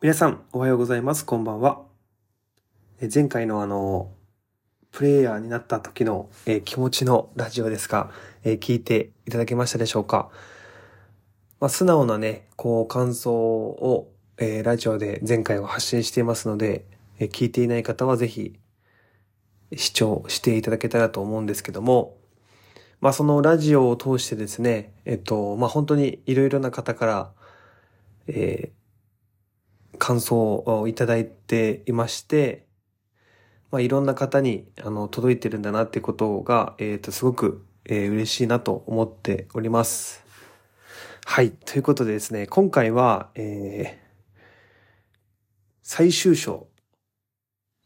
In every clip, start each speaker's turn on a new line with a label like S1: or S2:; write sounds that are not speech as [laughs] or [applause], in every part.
S1: 皆さん、おはようございます。こんばんは。え前回のあの、プレイヤーになった時の、えー気持ちのラジオですが、えー聞いていただけましたでしょうか。まあ、素直なね、こう、感想を、えーラジオで前回は発信していますので、えー聞いていない方はぜひ、視聴していただけたらと思うんですけども、まあ、そのラジオを通してですね、えっと、まあ、本当にいろいろな方から、えー感想をいただいていまして、まあ、いろんな方にあの届いてるんだなってことが、えっとすごく、えー嬉しいなと思っております。はい。ということでですね、今回は、えー最終章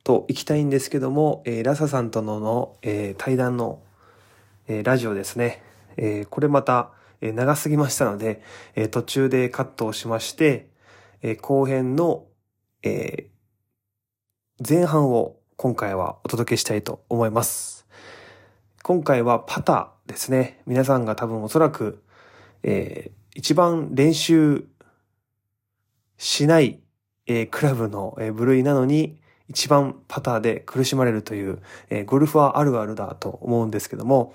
S1: と行きたいんですけども、えーラサさんとのの、えー対談の、えーラジオですね。えーこれまた、えー長すぎましたので、えー途中でカットをしまして、えー後編の、えー前半を今回はお届けしたいと思います。今回はパターですね。皆さんが多分おそらく、えー一番練習しない、えークラブの、えー部類なのに、一番パターで苦しまれるという、えーゴルファーあるあるだと思うんですけども、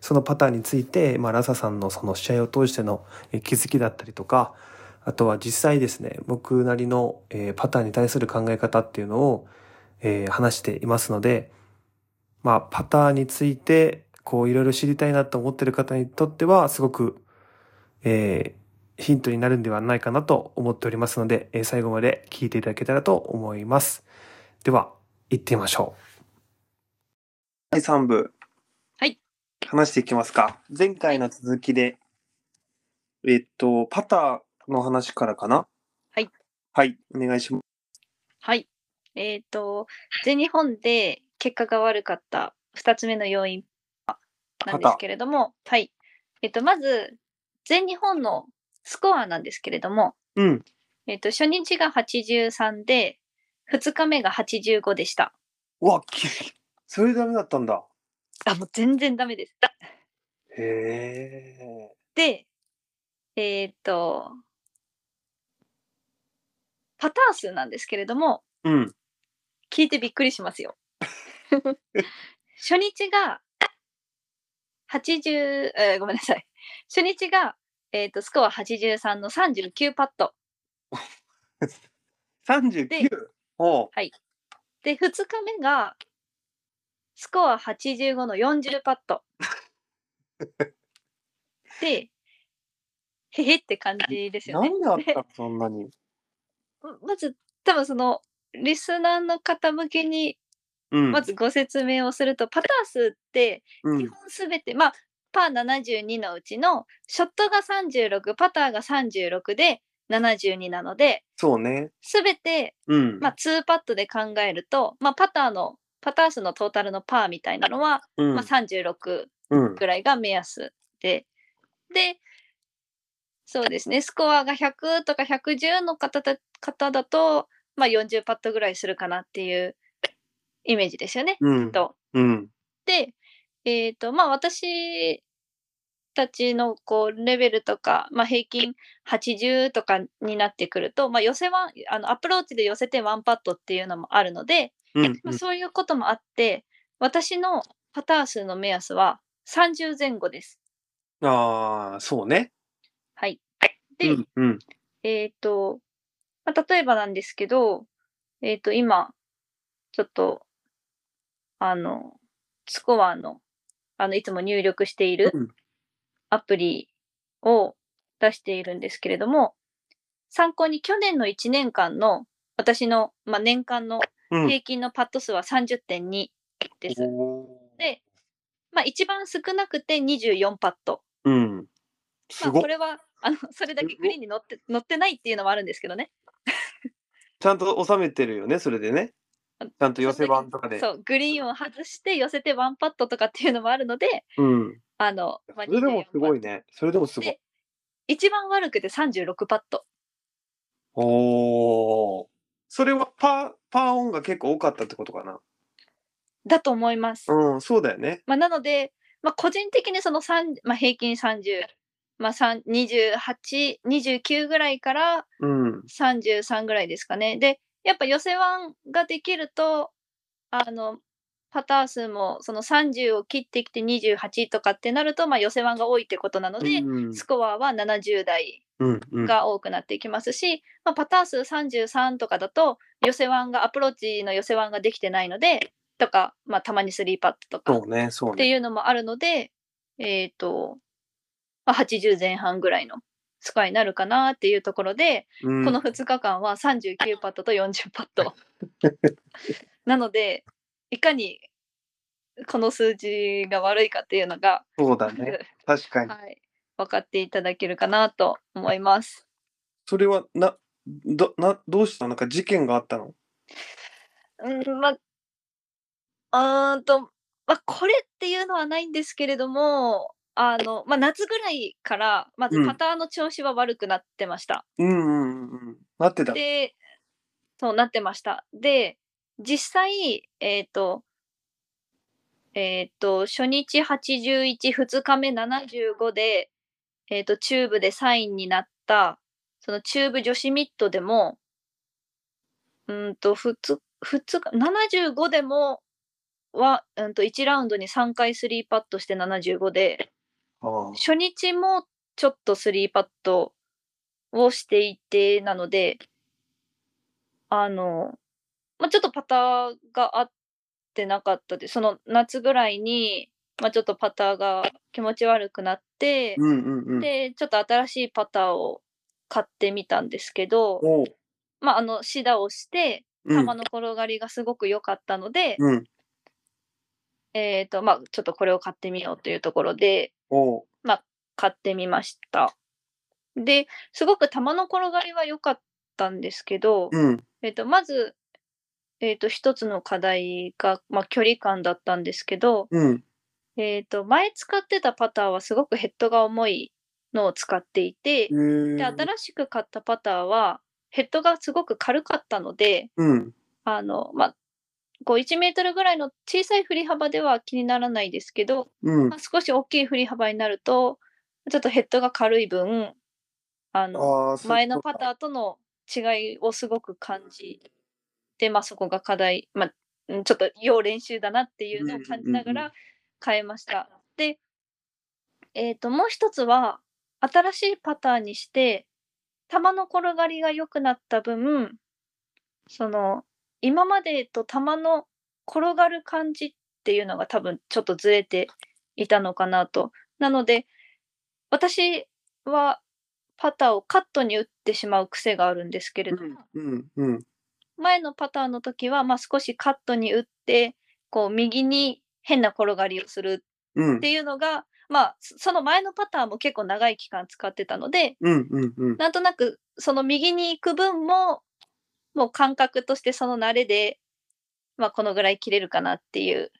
S1: そのパターについて、まあ、ラサさんのその試合を通してのえー気づきだったりとか、あとは実際ですね、僕なりの、えーパターンに対する考え方っていうのを、えー話していますので、まあ、パターンについて、こう、いろいろ知りたいなと思ってる方にとっては、すごく、えーヒントになるんではないかなと思っておりますので、えー最後まで聞いていただけたらと思います。では、行ってみましょう。第3部。
S2: はい。
S1: 話していきますか。前回の続きで、えっと、パターの話からかな
S2: はい。
S1: はい、お願いします。
S2: はい。えっ、と、全日本で結果が悪かった2つ目の要因なんですけれども、はい。えっ、と、まず、全日本のスコアなんですけれども、
S1: うん。
S2: えっ、と、初日が83で、2日目が85でした。
S1: うわ、きそれでダメだったんだ。
S2: あ、もう全然ダメです。だ
S1: へえ。
S2: で、えっ、と、パターン数なんですけれども、
S1: うん。
S2: 聞いてびっくりしますよ。初日が80、えーごめんなさい。初日が、えー、とスコア83の39パット。
S1: 39
S2: で。
S1: おう
S2: で、2日目がスコア85の40パッ
S1: [laughs]
S2: ト。で、へへって感じですよね。
S1: なんであったのそんな
S2: [laughs]
S1: に。
S2: まず、多分その、リスナーの方向けに、
S1: うん。
S2: まずご説明をすると、パターン数って、
S1: う
S2: 基
S1: ん。
S2: 本すべて、まあ、パー72のうちの、ショットが36、パターが36で72なので、
S1: そうね。
S2: すべて、
S1: うん。
S2: まあ、2パットで考えると、まあ、パターの、パター数のトータルのパーみたいなのは、
S1: うん
S2: まあ、36
S1: うん。
S2: ぐらいが目安で、で、そうですね、スコアが100とか110の方だ方だと、まあ、40パットぐらいするかなっていうイメージですよね。
S1: うん。
S2: と
S1: うん。
S2: で、えっ、と、まあ私たちのこうレベルとか、まあ平均80とかになってくると、まあ寄せワン、あのアプローチで寄せてワンパットっていうのもあるので、
S1: うん。
S2: まあ、そういうこともあって、私のパターン数の目安は30前後です。
S1: ああ、そうね。
S2: はい。
S1: う
S2: で、
S1: ん。うん。
S2: えっ、と、まあ、例えばなんですけど、えっ、と、今、ちょっと、あの、スコアの、あの、いつも入力している
S1: うん
S2: アプリを出しているんですけれども、参考に去年の1年間の、私の、まあ、年間の
S1: うん。
S2: 平均のパット数は30.2です。
S1: おー
S2: でまあ、一番少なくて24パット。
S1: うん。
S2: ますあ、
S1: ごっ
S2: これは、あの、 [laughs] それだけグリーンに乗って、乗ってないっていうのもあるんですけどね。
S1: ちゃんと収めてるよね、それでね。ちゃんと寄せ番とかで。
S2: そう、グリーンを外して寄せてワンパットとかっていうのもあるので、
S1: うん。
S2: あの、まあ
S1: それでもすごい
S2: 24
S1: ね。それでもすごい
S2: で。一番悪くて36パット。
S1: おお。それはパー、パー音が結構多かったってことかな。
S2: だと思います。
S1: うん、そうだよね。
S2: まあ、なので、まあ、個人的にその3、まあ、平均30まあ、さん28、29ぐらいから
S1: うん。
S2: 33ぐらいですかね。で、やっぱ寄せ1ができると、あの、パター数もその30を切ってきて28とかってなると、まあ、寄せ1が多いってことなので、
S1: うん
S2: スコアは70代
S1: うんうん。
S2: が多くなっていきますし、まあ、パターン数33とかだと寄せ1がアプローチの寄せ1ができてないのでとか、まあ、たまに3パットとかっ
S1: そうね、そう
S2: て
S1: ね。
S2: いうのもあるので、えっ、と、まあ、80前半ぐらいのスコアになるかなっていうところで、
S1: うん
S2: この2日間は39パットと40パット。 [laughs] なのでいかにこの数字が悪いかっていうのが、
S1: そうだね。確かに。
S2: はい、分かっていただけるかなと思います。
S1: それは、な、ど、な、どうしたなんか事件があったの
S2: うん、まあ、うーんと、まあ、これっていうのはないんですけれども、あの、まあ、夏ぐらいから、ま
S1: う
S2: ず
S1: ん
S2: パターの調子は悪くなってました。
S1: うんうんうんうん。なってた。
S2: で、そうなってました。で、実際、えっ、と、えっ、と、初日81、2日目75で、えっ、と、チューブで3位になった、そのチューブ女子ミットでも、うーんと、普通、普通か、75でも、は、うんと、1ラウンドに3回3パットして75で、
S1: ああ
S2: 初日もちょっとスリーパットをしていてなのであの、まあ、ちょっとパターがあってなかったでその夏ぐらいに、まあ、ちょっとパターが気持ち悪くなって、
S1: うんうんうん。
S2: でちょっと新しいパターを買ってみたんですけど、
S1: おう。
S2: まあ、あのシダをして球
S1: うん。
S2: の転がりがすごく良かったので、
S1: うん。
S2: えっ、とまあちょっとこれを買ってみようというところで。
S1: おう。
S2: 買ってみました。で、すごく球の転がりは良かったんですけど、
S1: うん。
S2: えっと、まず、えっと、一つの課題が、まあ、距離感だったんですけど、
S1: うん。
S2: えっと、前使ってたパターはすごくヘッドが重いのを使っていて
S1: え、ー
S2: で、新しく買ったパターは、ヘッドがすごく軽かったので、
S1: うん。
S2: あの、まあ、こう1メートルぐらいの小さい振り幅では気にならないですけど、
S1: うん
S2: まあ。少し大きい振り幅になるとちょっとヘッドが軽い分あの
S1: ああ、そう
S2: 前のパタ
S1: ーン。
S2: ーとの違いをすごく感じて、まあ、そこが課題、まあ、うんちょっと要練習だなっていうのを感じなが
S1: うんうんうんう
S2: ら変えました。で、えー、ともう一つは新しいパターにして球の転がりが良くなった分その今までと球の転がる感じっていうのが多分ちょっとずれていたのかなと。なので私はパターをカットに打ってしまう癖があるんですけれども、
S1: うん。うん。
S2: 前のパターの時は、まあ、少しカットに打ってこう右に変な転がりをする
S1: うん
S2: っ。ていうのが、まあ、そその前のパターも結構長い期間使ってたので
S1: うん。うん。うん。
S2: なんとなくその右に行く分ももう感覚としてその慣れで、まあ、このぐらい切れるかなっていう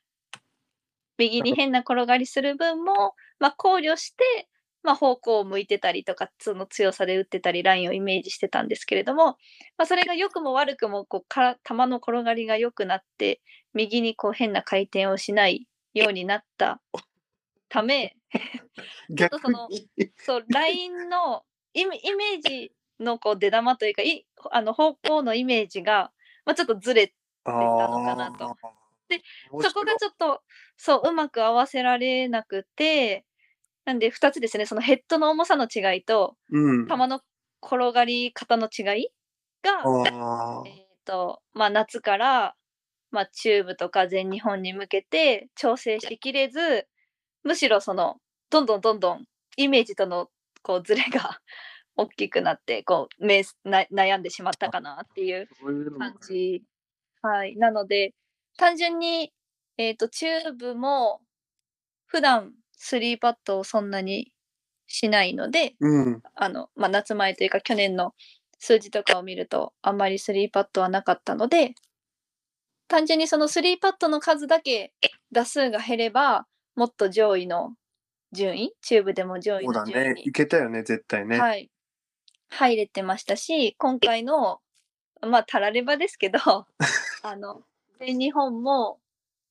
S2: 右に変な転がりする分も、まあ、考慮して、まあ、方向を向いてたりとかその強さで打ってたりラインをイメージしてたんですけれども、まあ、それが良くも悪くもこうから球の転がりが良くなって右にこう変な回転をしないようになったため
S1: 逆
S2: その
S1: に。
S2: そう LINE のイメイメージのこう出玉というかいあの方向のイメージが、まあ、ちょっとずれ
S1: あ
S2: たのかなと
S1: ー
S2: で、
S1: 面白
S2: そ
S1: い
S2: こがちょっとそううまく合わせられなくてなんで2つですねそのヘッドの重さの違いと
S1: うん。
S2: 球の転がり方の違いが、
S1: ああ
S2: え。ーとまあ、夏から、まあ、中部とか全日本に向けて調整しきれずむしろそのどんどんどんどんイメージとのこうズレが [laughs] 大きくなってこうめな悩んでしまったかなっていう
S1: そういうのも
S2: 感じ、はい、なので単純に、えー、とチューブも普段スリーパットをそんなにしないので、
S1: うん。
S2: あの、まあ、夏前というか去年の数字とかを見るとあんまりスリーパットはなかったので単純にそのスリーパットの数だけ打数が減ればもっと上位の順位チューブでも上位
S1: そう
S2: の
S1: だ
S2: 順位
S1: ね。
S2: に、
S1: いけたよね、絶対ね。
S2: はい、入れてましたし今回のまあたらればです
S1: [laughs]
S2: けどあの全日本も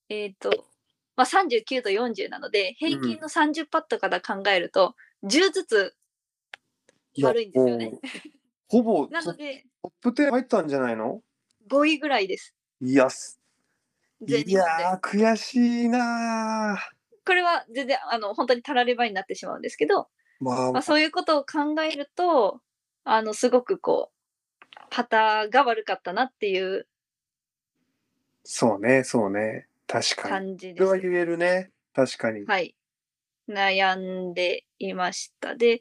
S2: えっ、と、まあ、39と40なので平均の30パットから考えると、 10ずつ
S1: や
S2: 悪いんですよね。
S1: ほぼ
S2: [laughs] な
S1: ト
S2: の
S1: ッ
S2: で、
S1: プ10入ったんじゃないの
S2: 5位ぐらいです。
S1: いやす
S2: 全
S1: い
S2: 日本で
S1: やー悔しいなー
S2: これは全然あの本当にたらればになってしまうんですけど、
S1: まあ、
S2: まあ、そういうことを考えるとあのすごくこう旗が悪かったなっていう
S1: そうねそうね確かに
S2: 感じ
S1: そ
S2: で
S1: れ
S2: す、
S1: は言えるね確かに、
S2: はい、悩んでいました。で、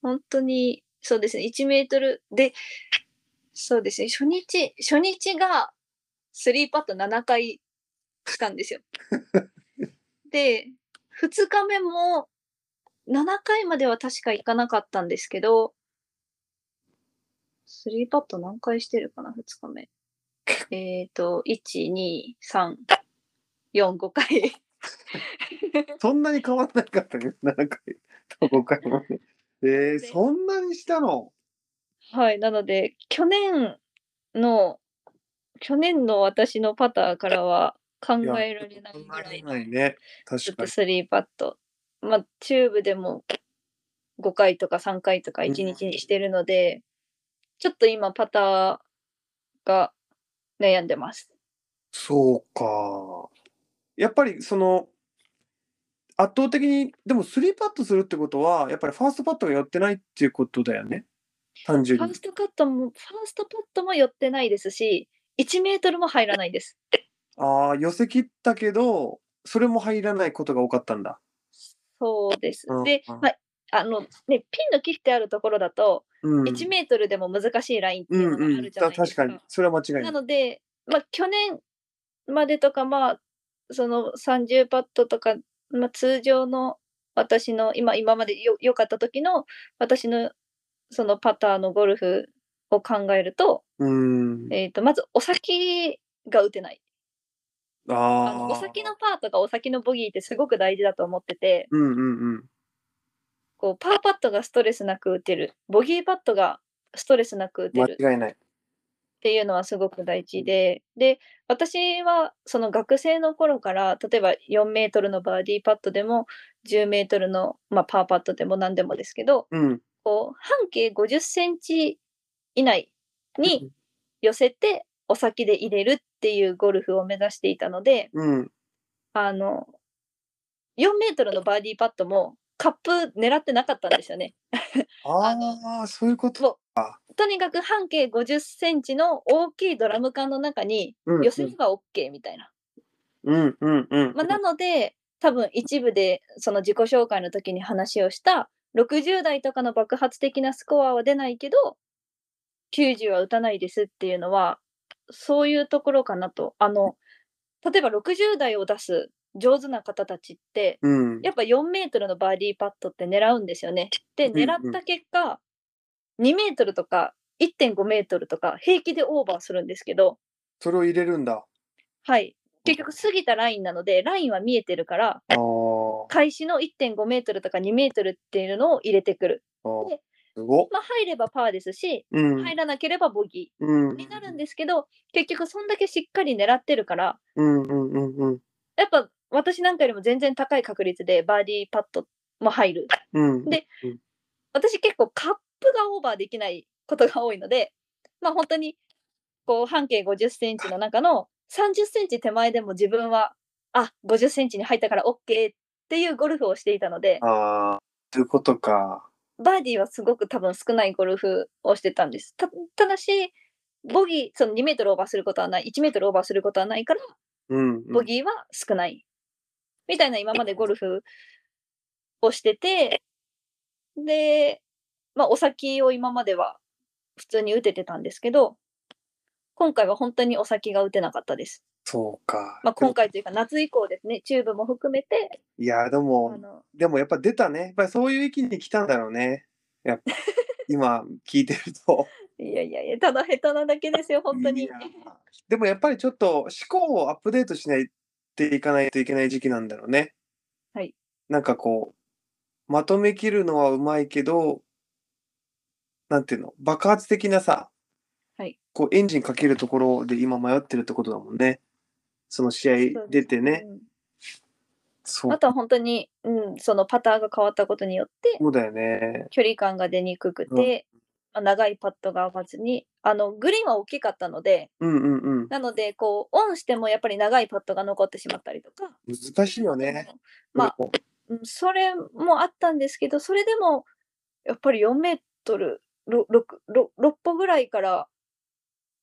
S2: 本当に、そうですね、1メートルで、そうですね、初日、初日が3パット7回したんですよ。で、2日目も7回までは確か行かなかったんですけど、3パット何回してるかな、2日目。えっ、ー、と、1、2、3、4、5回。
S1: そんなに変わん [laughs] なかったね7回と5回もねえー、
S2: で
S1: そんなにしたの
S2: はい、なので、去年の、去年の私のパターからは考えられない
S1: 考
S2: ぐら
S1: え
S2: い
S1: られない
S2: の、
S1: ね
S2: ず
S1: 確
S2: っ
S1: か
S2: と
S1: に
S2: スリーパット。まあ、チューブでも5回とか3回とか1日にしてるので、ちょっと今パターが悩んでます。
S1: そうかやっぱりその圧倒的にでもスリーパットするってことはやっぱりファーストパットが寄ってないっていうことだよね単
S2: フ
S1: 純
S2: ァー
S1: に
S2: ストカットも、ファーストパットも寄ってないですし、1メートルも入らないです。
S1: ああ寄せ切ったけどそれも入らないことが多かったんだ
S2: そうです
S1: うん。
S2: で、
S1: うん
S2: まあ、あの、ね、ピンの切ってあるところだと、
S1: うん
S2: 1メートルでも難しいラインって
S1: う
S2: い
S1: ん
S2: うのがあ
S1: う
S2: る
S1: ん
S2: じゃな
S1: た
S2: いで
S1: 確
S2: すか。
S1: かにそれは間違いな
S2: ないので、まあ、去年までとか、まあ、その30パットとか、まあ、通常の私の今今までよ良かった時の私のそのパターのゴルフを考えると,、
S1: うん
S2: えー、とまずお先が打てない
S1: あ
S2: あ
S1: あ
S2: のお先のパーとかお先のボギーってすごく大事だと思ってて、
S1: うんうんうん
S2: こうパーパットがストレスなく打てるボギーパットがストレスなく打てる
S1: 間違いない
S2: っていうのはすごく大事で、で、私はその学生の頃から、例えば4メートルのバーディーパットでも、10メートルの、まあ、パーパットでも何でもですけど、
S1: うん
S2: こう半径50センチ以内に寄せて、お先で入れるっていうゴルフを目指していたので、
S1: うん
S2: あの、4メートルのバーディーパットも、カップ狙ってなかったんですよね。
S1: ああそういうこと
S2: とにかく半径50センチの大きいドラム缶の中に
S1: うん
S2: 寄せれば OK みたいな。
S1: うんうんうん
S2: まあ、なので多分一部でその自己紹介の時に話をした60代とかの爆発的なスコアは出ないけど90は打たないですっていうのはそういうところかなとあの例えば60代を出す上手な方たちって
S1: うん
S2: やっぱ4メートルのバーディーパットって狙うんですよね。で
S1: うんうん
S2: 狙った結果2メートルとか1.5メートルとか平気でオーバーするんですけど、
S1: それを入れるんだ
S2: はい、結局過ぎたラインなのでラインは見えてるから
S1: あー
S2: 開始の1.5メートルとか2メートルっていうのを入れてくる。
S1: あー
S2: です
S1: ごっ
S2: まあ、入ればパーですし、
S1: うん
S2: 入らなければボギ
S1: うん
S2: ーになるんですけど、結局そんだけしっかり狙ってるから、
S1: うんうんうんうん
S2: やっぱ私なんかよりも全然高い確率でバーディーパットも入る。
S1: うん
S2: で私結構カップがオーバーできないことが多いので、まあ本当にこう半径50センチの中の30センチ手前でも自分は、あ、50センチに入ったから OK っていうゴルフをしていたので、
S1: ああということか
S2: バーディーはすごく多分少ないゴルフをしてたんです。たただし、ボギー、その2メートルオーバーすることはない、1メートルオーバーすることはないから、
S1: うんうん
S2: ボギーは少ない。みたいな今までゴルフをしてて、で、まあお先を今までは普通に打ててたんですけど、今回は本当にお先が打てなかったです。
S1: そうか
S2: まあ今回というか夏以降ですね、チューブも含めて、
S1: いやで
S2: あ
S1: も
S2: の、
S1: でもやっぱ出たねやっぱりそういう域に来たんだろうねや
S2: [laughs]
S1: っぱ今聞いてると
S2: いやいやいや、ただ下手なだけですよ、本当
S1: い
S2: に
S1: や。でもやっぱりちょっと思考をアップデートしないっていかないといけない時期なんだろうね。
S2: はい。
S1: なんかこう、まとめきるのはうまいけど、なんていうの、爆発的なさ、
S2: はい
S1: こうエンジンかけるところで今迷ってるってことだもんね。その試合出てね、
S2: うん
S1: そう
S2: あとは本当に、うん、そのパターが変わったことによって
S1: そうだよね。
S2: 距離感が出にくくて、まあ長いパットが合わずにあのグリーンは大きかったので
S1: うんうんうん。
S2: なのでこうオンしてもやっぱり長いパットが残ってしまったりとか、
S1: 難しいよね。
S2: まあ、うんそれもあったんですけどそれでもやっぱり4メートル 6, 6歩ぐらいから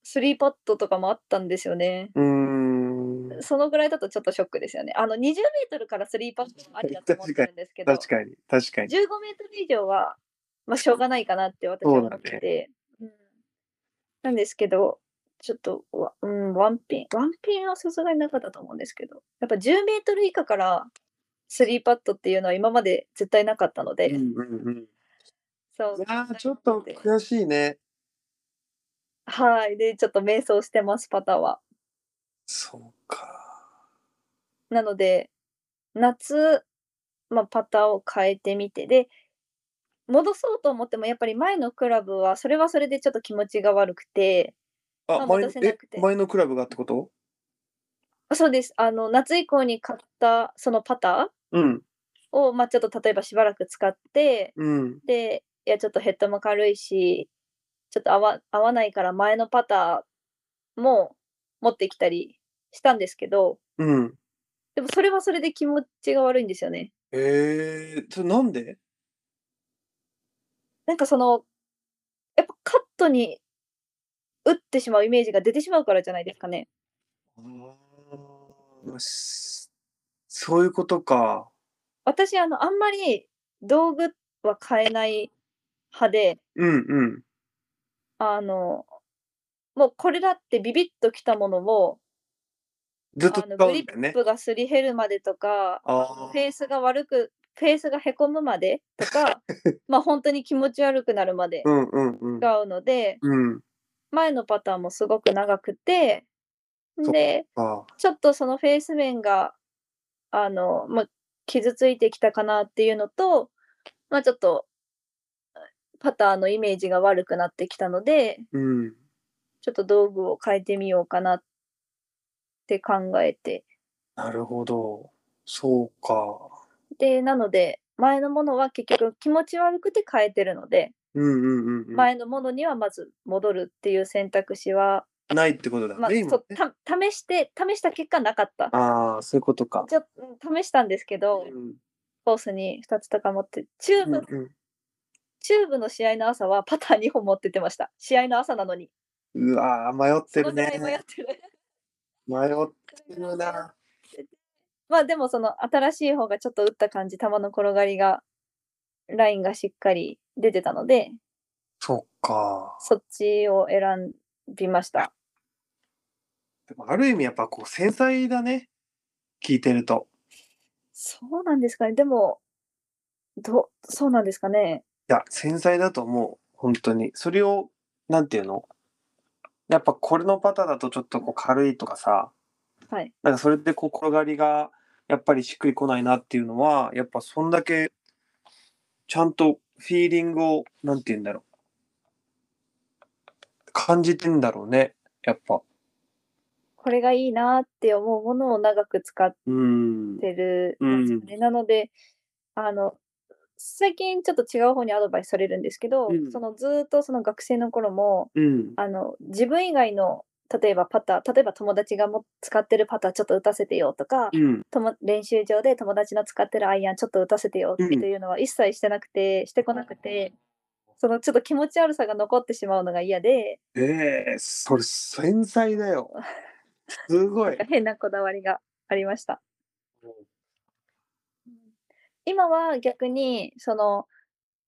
S2: 3パットとかもあったんですよね。
S1: うーん。
S2: そのぐらいだとちょっとショックですよね。あの20メートルから3パットもありだと思ってるんですけど、
S1: 確かに、確かに。
S2: 15メートル以上は、まあ、しょうがないかなって私は思ってて、うんなんですけど、ちょっとわ、うん、ワンピン、ワンピンはさすがになかったと思うんですけど、やっぱ10メートル以下から3パットっていうのは今まで絶対なかったので、
S1: うんうんうん。
S2: そう
S1: い。やーちょっと悔しいね。
S2: はい。で、ちょっと迷走してます、パターは。
S1: そうか。
S2: なので、夏、まあ、パターを変えてみて、で、戻そうと思っても、やっぱり前のクラブは、それはそれでちょっと気持ちが悪くて、
S1: あ、
S2: ま
S1: 前
S2: あ戻せな
S1: え
S2: くて
S1: 前のクラブがってこと
S2: あそうです、あの、夏以降に買ったそのパタ
S1: うん。
S2: ーを、まあ、ちょっと例えばしばらく使って、
S1: うん。
S2: で、いや、ちょっとヘッドも軽いし、ちょっと合わ合わないから前のパターも持ってきたりしたんですけど、
S1: うん。
S2: でもそれはそれで気持ちが悪いんですよね。
S1: ええー、それなんで
S2: なんかその、やっぱカットに打ってしまうイメージが出てしまうからじゃないですかね。
S1: あーしそういうことか。
S2: 私、あの、あんまり道具は買えない派で、
S1: うんうん。
S2: あの、もうこれだってビビッときたものを、
S1: ずっと
S2: あ
S1: 使
S2: の
S1: う
S2: グ
S1: ん
S2: リ
S1: だよね
S2: ッ。プがすり減るまでとか、
S1: あ
S2: フェースが悪く、フェースがへこむまでとか、
S1: [laughs]
S2: まあ本当に気持ち悪くなるまで
S1: あ。うんうんうん。
S2: 使うので、
S1: うん。
S2: 前のパターンもすごく長くて、
S1: そっ
S2: で、
S1: あ
S2: ちょっとそのフェイス面が、あの、まあ、傷ついてきたかなっていうのと、まあ、ちょっと、パターのイメージが悪くなってきたので、
S1: うん。
S2: ちょっと道具を変えてみようかなって考えて。
S1: なるほど。そうか。
S2: で、なので、前のものは結局気持ち悪くて変えてるので、
S1: うんうんうんうん。
S2: 前のものにはまず戻るっていう選択肢は、
S1: ないってことだね。
S2: まあ、
S1: 今
S2: そう
S1: ね
S2: た試して、試した結果なかった。
S1: ああ、そういうことか。
S2: ちょっとうん試したんですけど、
S1: うん
S2: コースに2つとか持って、チュー
S1: うん
S2: ブチューブの試合の朝はパター2本持ってってました。試合の朝なのに。
S1: うんうわー迷って
S2: そ
S1: る
S2: のぐらいもや
S1: ね
S2: っ。てる。
S1: 迷ってるな。
S2: まあでもその新しい方がちょっと打った感じ、球の転がりが、ラインがしっかり出てたので、
S1: そっか。
S2: そっちを選びました。
S1: でもある意味やっぱこう繊細だね。聞いてると。
S2: そうなんですかね。でも、ど、そうなんですかね。
S1: いや、繊細だと思う。本当に。それを、なんていうのやっぱこれのパターンだとちょっとこう軽いとかさ、
S2: はい。
S1: なんかそれでこう転がりがやっぱりしっくりこないなっていうのは、やっぱそんだけちゃんとフィーリングを、なんて言うんだろう。感じてんだろうね。やっぱ。
S2: これがいいなって思うものを長く使っ
S1: うん
S2: っ。てるんですよね。なので、あの、最近ちょっと違う方にアドバイスされるんですけど、
S1: うん
S2: そのずーっとその学生の頃も、
S1: うん。
S2: あの、自分以外の、例えばパター、例えば友達がも使ってるパターちょっと打たせてよとか、
S1: うん。
S2: とも練習場で友達の使ってるアイアンちょっと打たせてよっていうのは一切してなくて、してこなくて、そのちょっと気持ち悪さが残ってしまうのが嫌で、
S1: ええそれ繊細だよ。すごい。
S2: 変なこだわりがありました。今は逆に、その、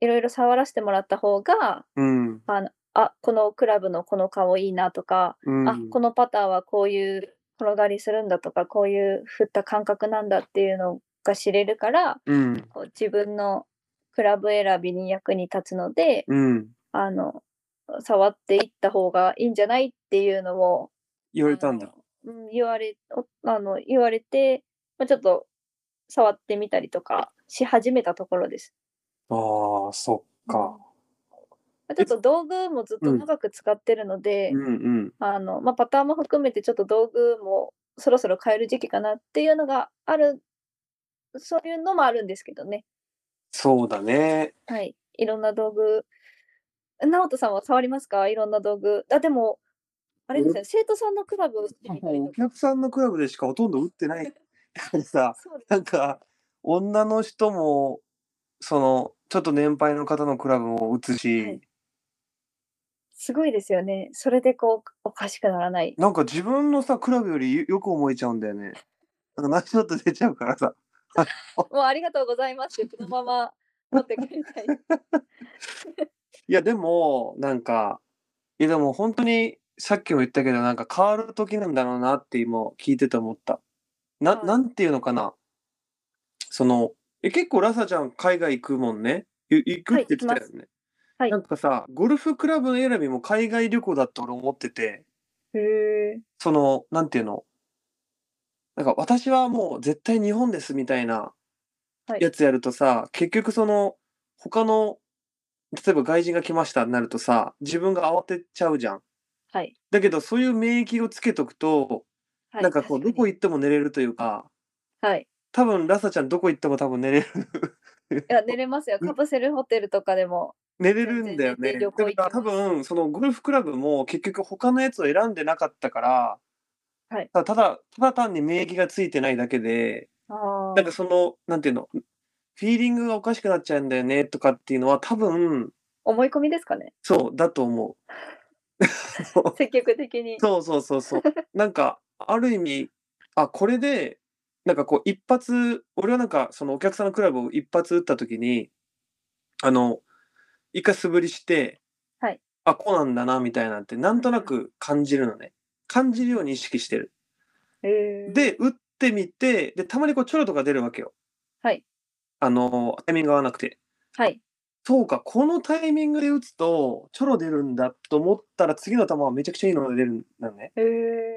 S2: いろいろ触らせてもらった方が、
S1: うん。
S2: あのあこのクラブのこの顔いいなとか、
S1: うん。
S2: あこのパターはこういう転がりするんだとかこういう振った感覚なんだっていうのが知れるから
S1: うん。
S2: こう自分のクラブ選びに役に立つので
S1: うん。
S2: あの触っていった方がいいんじゃないっていうのを
S1: 言われたんだ。
S2: あの、うん、言われおあの言われて、まあ、ちょっと触ってみたりとかし始めたところです。
S1: ああ、そっか。
S2: まあちょっと道具もずっと
S1: うん
S2: 長く使ってるので、
S1: うんうん。
S2: あの、まあ、パターンも含めてちょっと道具もそろそろ変える時期かなっていうのがあるそういうのもあるんですけどね。
S1: そうだね。
S2: はい。いろんな道具。直人さんは触りますかいろんな道具。あ、でも、あれですよね。生徒さんのクラブをしてみたり
S1: お
S2: とか。
S1: 客さんのクラブでしかほとんど打ってないからさ、 [laughs]
S2: そうです
S1: なんか、女の人も、その、ちょっと年配の方のクラブも打つし、
S2: はいすごいですよね。それでこう、おかしくならない。
S1: なんか自分のさ、クラブよりよく思えちゃうんだよね。なんかナイスショット出ちゃうからさ。
S2: もうありがとうございますって、そのまま持ってくれ
S1: [laughs]
S2: たい。
S1: いや、でも、なんか、いや、でも本当に、さっきも言ったけど、なんか変わる時なんだろうなって今聞いてて思った。な、
S2: はい
S1: なんていうのかな。その、え、結構ラサちゃん海外行くもんね。い行くって言ってたよね。
S2: はい行きますはい
S1: なんかさ、ゴルフクラブの選びも海外旅行だって俺思ってて、
S2: へえ。
S1: その、なんていうの。なんか私はもう絶対日本ですみたいな
S2: はい
S1: やつやるとさ、結局その、他の、例えば外人が来ましたになるとさ、自分が慌てちゃうじゃん。
S2: はい。
S1: だけどそういう免疫をつけとくと、
S2: はい、
S1: なんかこう、ど
S2: 確
S1: こ
S2: に
S1: 行っても寝れるというか、
S2: はい。
S1: 多分ラサちゃんどこ行っても多分寝
S2: [laughs]
S1: れる、
S2: いや、寝れますよ。カプセルホテルとかでも。
S1: 寝れるんだよね。
S2: 全然全然
S1: だ
S2: 旅
S1: か
S2: 行行きま
S1: ら
S2: す
S1: 多分、そのゴルフクラブも結局他のやつを選んでなかったから、
S2: はい
S1: ただ、ただただ単に免疫がついてないだけで、
S2: あ
S1: なんかその、なんていうの、フィーリングがおかしくなっちゃうんだよねとかっていうのは多分、
S2: 思い込みですかね。
S1: そう、だと思う。
S2: 積極的に。
S1: そうそうそう
S2: [laughs]
S1: そう。なんか、ある意味、あ、これで、なんかこう、一発、俺はなんか、そのお客さんのクラブを一発打った時に、あの、一回素振りして、
S2: はい
S1: あ、こうなんだな、みたいなんて、なんとなく感じるのね。感じるように意識してる。
S2: へー、
S1: で、打ってみて、で、たまにこう、ちょろとか出るわけよ。
S2: はい。
S1: あの、タイミングが合わなくて。
S2: はい。
S1: そうか、このタイミングで打つと、ちょろ出るんだと思ったら、次の球はめちゃくちゃいいのが出るんだね。
S2: へ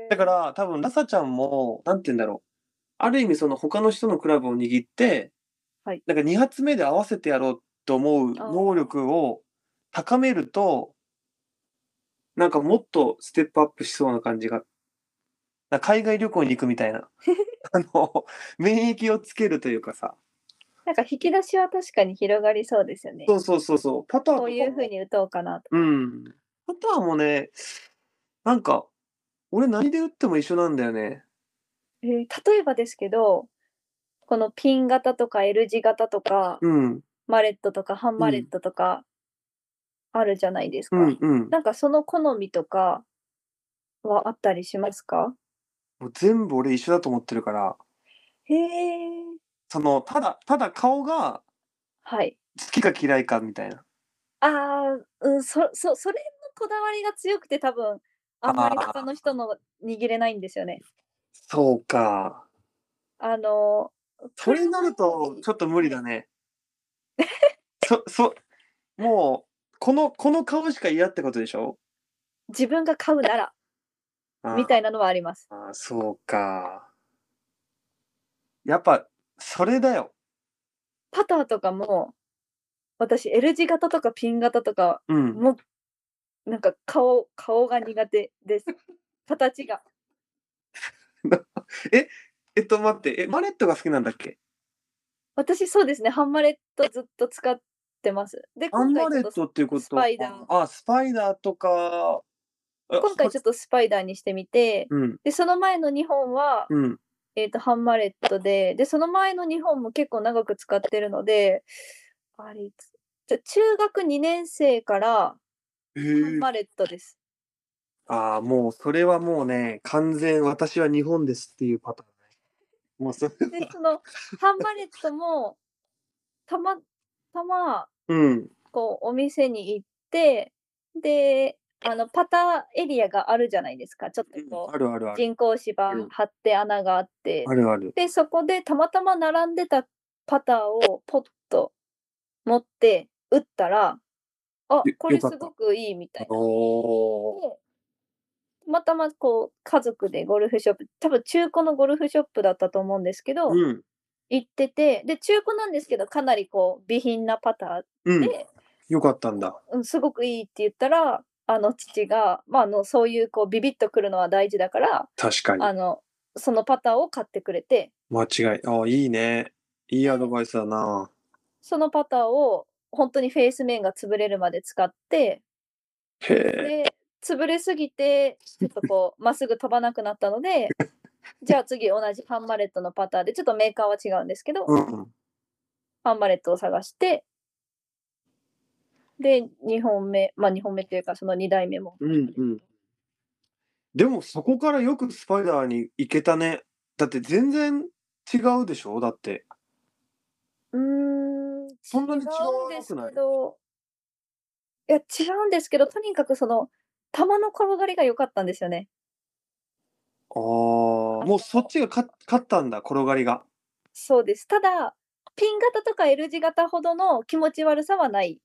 S2: え。
S1: だから多分ラサちゃんも、なんて言うんだろう。ある意味その他の人のクラブを握って、
S2: はい
S1: なんか2発目で合わせてやろうと思う能力を高めると、なんかもっとステップアップしそうな感じが。なんか海外旅行に行くみたい
S2: [laughs]
S1: な。あの、免疫をつけるというかさ。
S2: なんか引き出しは確かに広がりそうですよね。
S1: そうそうそうそう。パターン
S2: こういうふうに打とうかなと。
S1: うん。パターンもね、なんか、俺何で打っても一緒なんだよね。
S2: えー例えばですけど、このピン型とか L 字型とか、
S1: うん。
S2: マレットとか半マレットとかあるじゃないですか。
S1: うんうん。
S2: なんかその好みとかはあったりしますか
S1: もう全部俺一緒だと思ってるから、
S2: へえ。
S1: その、ただ、ただ顔が
S2: はい。
S1: 好きか嫌いかみたいな。
S2: ああ、うん、そ、そ、それのこだわりが強くて多分、あんまり他の人の握れないんですよね。
S1: そうか。
S2: あの、
S1: それになると、ちょっと無理だ [laughs] ね。そ、そ、もう、この、この顔しか嫌ってことでしょ
S2: 自分が買うなら、みた
S1: い
S2: いなのはあります。
S1: な。あーそうか。やっぱ、それだよ。
S2: パターとかも、私、L 字型とかピン型とか、
S1: うん。
S2: もう、なんか顔、顔が苦手
S1: [laughs]
S2: です。形が。
S1: えっと、待って、え、マレットが好きなんだっけ
S2: 私、そうですね、ハンマレットずっと使ってます。で、
S1: アン
S2: 今
S1: マ
S2: 回
S1: レ
S2: ち
S1: ッ
S2: ょ
S1: ト
S2: っと、
S1: っていうこと
S2: スパイダー
S1: あ、スパイダーとか、
S2: 今回ちょ
S1: っ
S2: っとスパイダーにしてみて、
S1: と。うん、
S2: で、その前の2本は、
S1: うん。
S2: えっ、と、ハンマレットで、で、その前の日本も結構長く使ってるので、あれ、いつじゃ中学2年生から
S1: へ
S2: ハ
S1: ー
S2: ンマレットです。
S1: ああ、もうそれはもうね、完全私は日本ですっていうパターンね。もうそれ
S2: で、その、ハンマレットも、たまたま、
S1: うん。
S2: こう、お店に行って、で、あの、パターエリアがあるじゃないですか。ちょっとこ
S1: あるあるあ
S2: う、
S1: る。
S2: 人工芝
S1: うん
S2: 張って穴があって
S1: あ、るある。
S2: で、そこでたまたま並んでたパターをポッと持って打ったら、あ
S1: よ、
S2: これ
S1: よかっ
S2: す
S1: た
S2: ごくいいみたいな。
S1: おー。
S2: で、たまたまこう家族でゴルフショップ、多分中古のゴルフショップだったと思うんですけど、
S1: うん。
S2: 行ってて、で、中古なんですけど、かなりこう、美品なパタ
S1: う
S2: ー
S1: ん。
S2: で、
S1: よかったんだ。
S2: うん、すごくいいって言ったら、あの父が、まあ、あのそういうこうビビッとくるのは大事だから、
S1: 確かに
S2: あ。のそのパターを買ってくれて、
S1: 間違い。ああ、いいね。いいアドバイスだな
S2: そのパターを本当にフェース面が潰れるまで使って、
S1: へえ。
S2: で、潰れすぎて、ちょっとこう、まっすぐ飛ばなくなったので、じゃあ次同じファンマレットのパターで、ちょっとメーカーは違うんですけど、フ
S1: うん。
S2: ァンマレットを探して、で、2本目、まあ2本目というかその2代目も。
S1: うんうん。でもそこからよくスパイダーに行けたね。だって全然違うでしょだって。
S2: うーん、
S1: そんなに違
S2: 違うん
S1: わ
S2: で
S1: な
S2: す
S1: くない
S2: けど、いや、違うんですけど、とにかくその、球の転がりが良かったんですよね。
S1: ああ、もうそっちが勝勝ったんだ、転がりが。
S2: そうです。ただ、ピン型とか L 字型ほどの気持ち悪さはない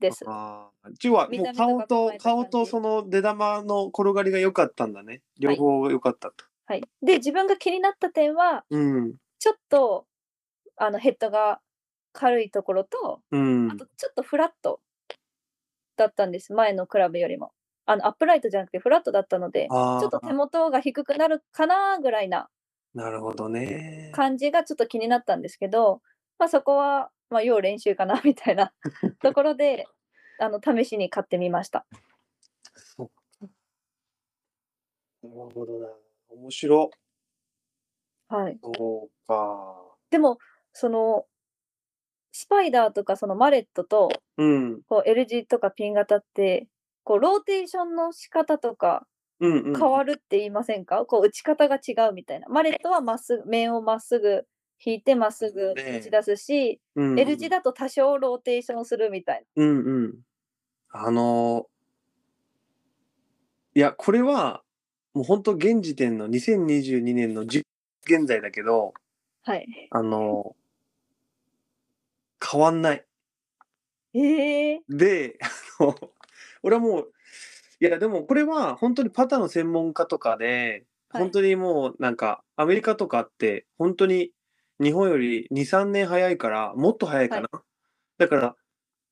S2: です。
S1: ああ、ちはもう顔
S2: 見た
S1: と
S2: 目とか考えた感じ
S1: 顔とその出玉の転がりが良かったんだね。両方良かったと。
S2: はい。で、自分が気になった点は、
S1: うん
S2: ちょっと、あの、ヘッドが軽いところと、
S1: うん
S2: あと、ちょっとフラットだったんです。前のクラブよりも。あの、アップライトじゃなくてフラットだったので、
S1: あ
S2: ちょっと手
S1: あ、
S2: 元が低くなるかなぐらいな
S1: なるほどね。
S2: 感じがちょっと気になったんですけど、まあ、そこは、まあ、要練習かなみた
S1: [laughs]
S2: いなところであの試しに買ってみました。
S1: そっかなるほどな。面白。
S2: はい、
S1: そうか。
S2: でもそのスパイダーとかそのマレットと
S1: うん。
S2: こう L 字とかピン型ってこうローテーションの仕方とか
S1: うんうん。
S2: 変わるって言いませんか、こう打ち方が違うみたいなマレットはまっすぐ面をまっすぐ引いてまっすぐ打ち出すし、
S1: うん
S2: L 字だと多少ローテーションするみたい
S1: うんうん。あのーいや、これは、もう本当現時点の2022年の10現在だけど、
S2: な。はい、
S1: あのー変わんない。
S2: えー、
S1: で、あの、 [laughs] 俺はもう、いや、でもこれは本当にパターの専門家とかで、
S2: はい
S1: 本当にもうなんか、アメリカとかって、本当に日本より2、3年早いから、もっと早いかな。だから、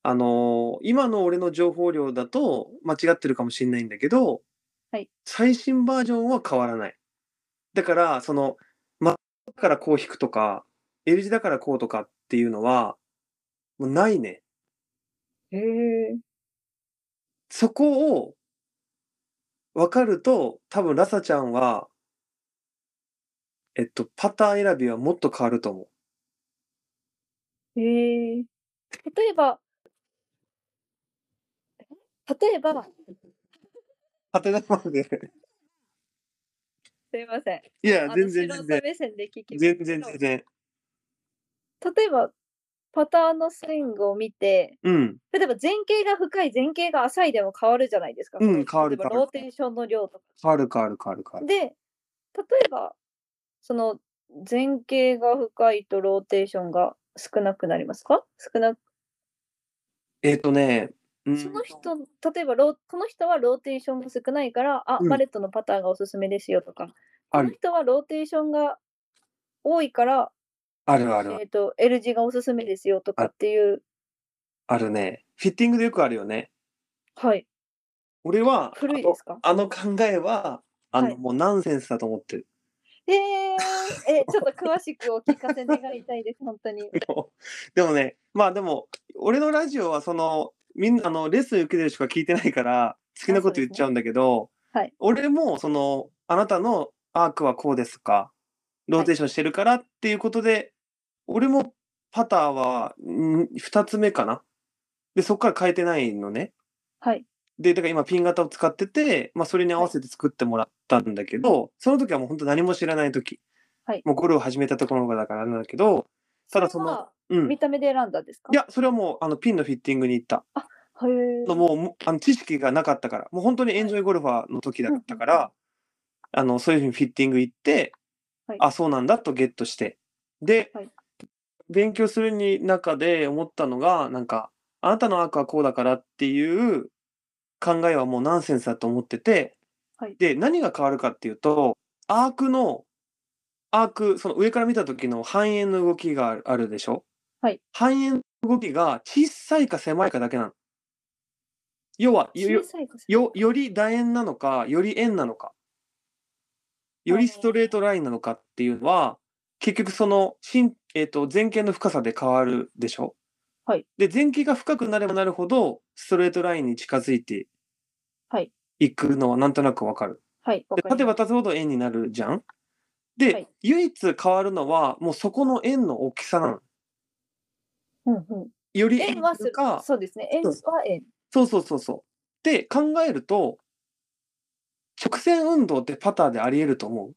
S1: あのー今の俺の情報量だと間違ってるかもしれないんだけど、
S2: はい
S1: 最新バージョンは変わらない。だから、その、ま、からこう引くとか、L 字だからこうとかっていうのは、もうないね。
S2: え
S1: そこを分かると、多分ラサちゃんは、えっと、パターン選びはもっと変わると思う。
S2: えー、例えば、え例えば、
S1: はてなまで。
S2: すいません。
S1: [laughs] いや
S2: あ、の
S1: 全然
S2: 素
S1: 全然。
S2: 人目線で聞きます
S1: 全然全然。
S2: 例えば、パターンのスイングを見て、
S1: うん。
S2: 例えば前傾が深い、前傾が浅いでも変わるじゃないですか。
S1: うん変わる
S2: 例えば
S1: 変わ
S2: ロ
S1: る
S2: ーテーションの量とか。
S1: 変わる変わる変わる変わる。
S2: で、例えば、その前傾が深いとローテーションが少なくなりますか少なく、
S1: えっとね、うん
S2: その人、例えばロー、この人はローテーションが少ないから、あ、
S1: うん
S2: マレットのパターンがおすすめですよとか、
S1: あ
S2: この
S1: る、
S2: 人はローテーションが多いから、
S1: あるあ
S2: え
S1: る、
S2: っと L 字がおすすめですよとかっていう、
S1: あるね。フィッティングでよくあるよね。
S2: はい、
S1: 俺は、
S2: 古いですか
S1: あのあの考えは、あの、
S2: はい
S1: もうナンセンスだと思ってる。
S2: えー、えちょっと詳しくお聞かせ願いたいです、本当に。
S1: もう [laughs] でもね、まあでも、俺のラジオはその、みんなあのレッスン受けてる人が聞いてないから、好きなこと言っちゃうんだけど、
S2: そうですねはい
S1: 俺もその、あなたのアークはこうですか、ローテーションしてるからっていうことで、俺もパターは2つ目かな。で、そこから変えてないのね。
S2: はい、
S1: で、だから今ピン型を使ってて、まあそれに合わせて作ってもらったんだけど、その時はもう本当何も知らない時。
S2: はい
S1: もうゴルフ始めたところだからなんだけど、ただその、
S2: は
S1: うん。
S2: 見た目で選んだんですか
S1: いや、それはもうあのピンのフィッティングに行った。
S2: へー
S1: もうもうあの知識がなかったから、もう本当にエンジョイゴルファーの時だったか
S2: うんうんう
S1: ら、あのそういうふうにフィッティング行って、
S2: はい
S1: あ、そうなんだとゲットして。で、
S2: はい
S1: 勉強するに中で思ったのが、なんか、あなたのアークはこうだからっていう考えはもうナンセンスだと思ってて、
S2: はい
S1: で、何が変わるかっていうと、アークの、アーク、その上から見た時の半円の動きがあるあるでしょ
S2: はい
S1: 半円の動きが小さいか狭いかだけなの。要は、よよ
S2: 小さい子さん
S1: よより楕円なのかより円なのかよりストレートラインなのかっていうのは結局その、身えっ、と、前傾の深さで変わるでしょ
S2: はい。
S1: で、前傾が深くなればなるほど、ストレートラインに近づいて
S2: はい
S1: いくのはなんとなくわかる。
S2: はい。わ
S1: で
S2: かり
S1: 立てば
S2: ます
S1: 立つほど円になるじゃんで、
S2: はい
S1: 唯一変わるのは、もうそこの円の大きさなの。
S2: うんうん。
S1: より
S2: 円はす
S1: か、
S2: そうですね。円は円。
S1: そうそうそうそう。で、考えると、直線運動ってパターであり得ると思う。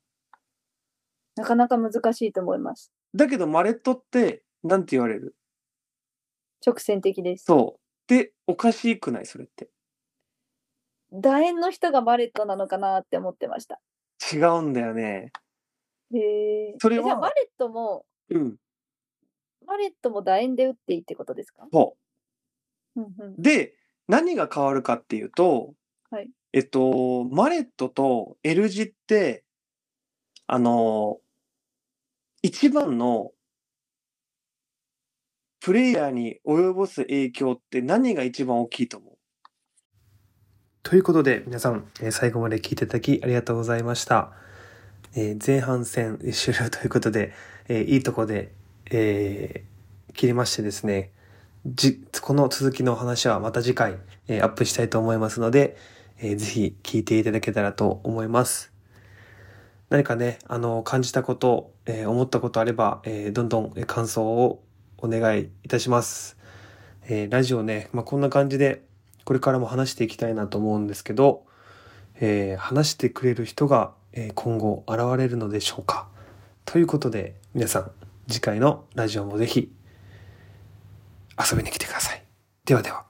S2: なかなか難しいと思います。
S1: だけど、マレットって、なんて言われる
S2: 直線的です。
S1: そう。で、おかしくないそれって。
S2: 楕円の人がバレットなのかなって思ってました。
S1: 違うんだよね。
S2: へえ。
S1: それは
S2: えじゃあバレットも、
S1: うん。
S2: バレットも楕円で打っていいってことですか
S1: そ
S2: うんうん
S1: う。。で、何が変わるかっていうと、
S2: はい
S1: えっと、マレットと L 字って、あの、一番のプレイヤーに及ぼす影響って何が一番大きいと思うということで、皆さん、えー最後まで聞いていただきありがとうございました。えー前半戦えー終了ということで、えーいいとこで、えー切りましてですね、じ、この続きの話はまた次回、えーアップしたいと思いますので、えーぜひ聞いていただけたらと思います。何かね、あの、感じたこと、えー思ったことあれば、えーどんどんえー感想をお願いいたします。えーラジオね、まあ、こんな感じで、これからも話していきたいなと思うんですけど、えー話してくれる人が、えー今後現れるのでしょうかということで皆さん次回のラジオもぜひ遊びに来てください。ではでは。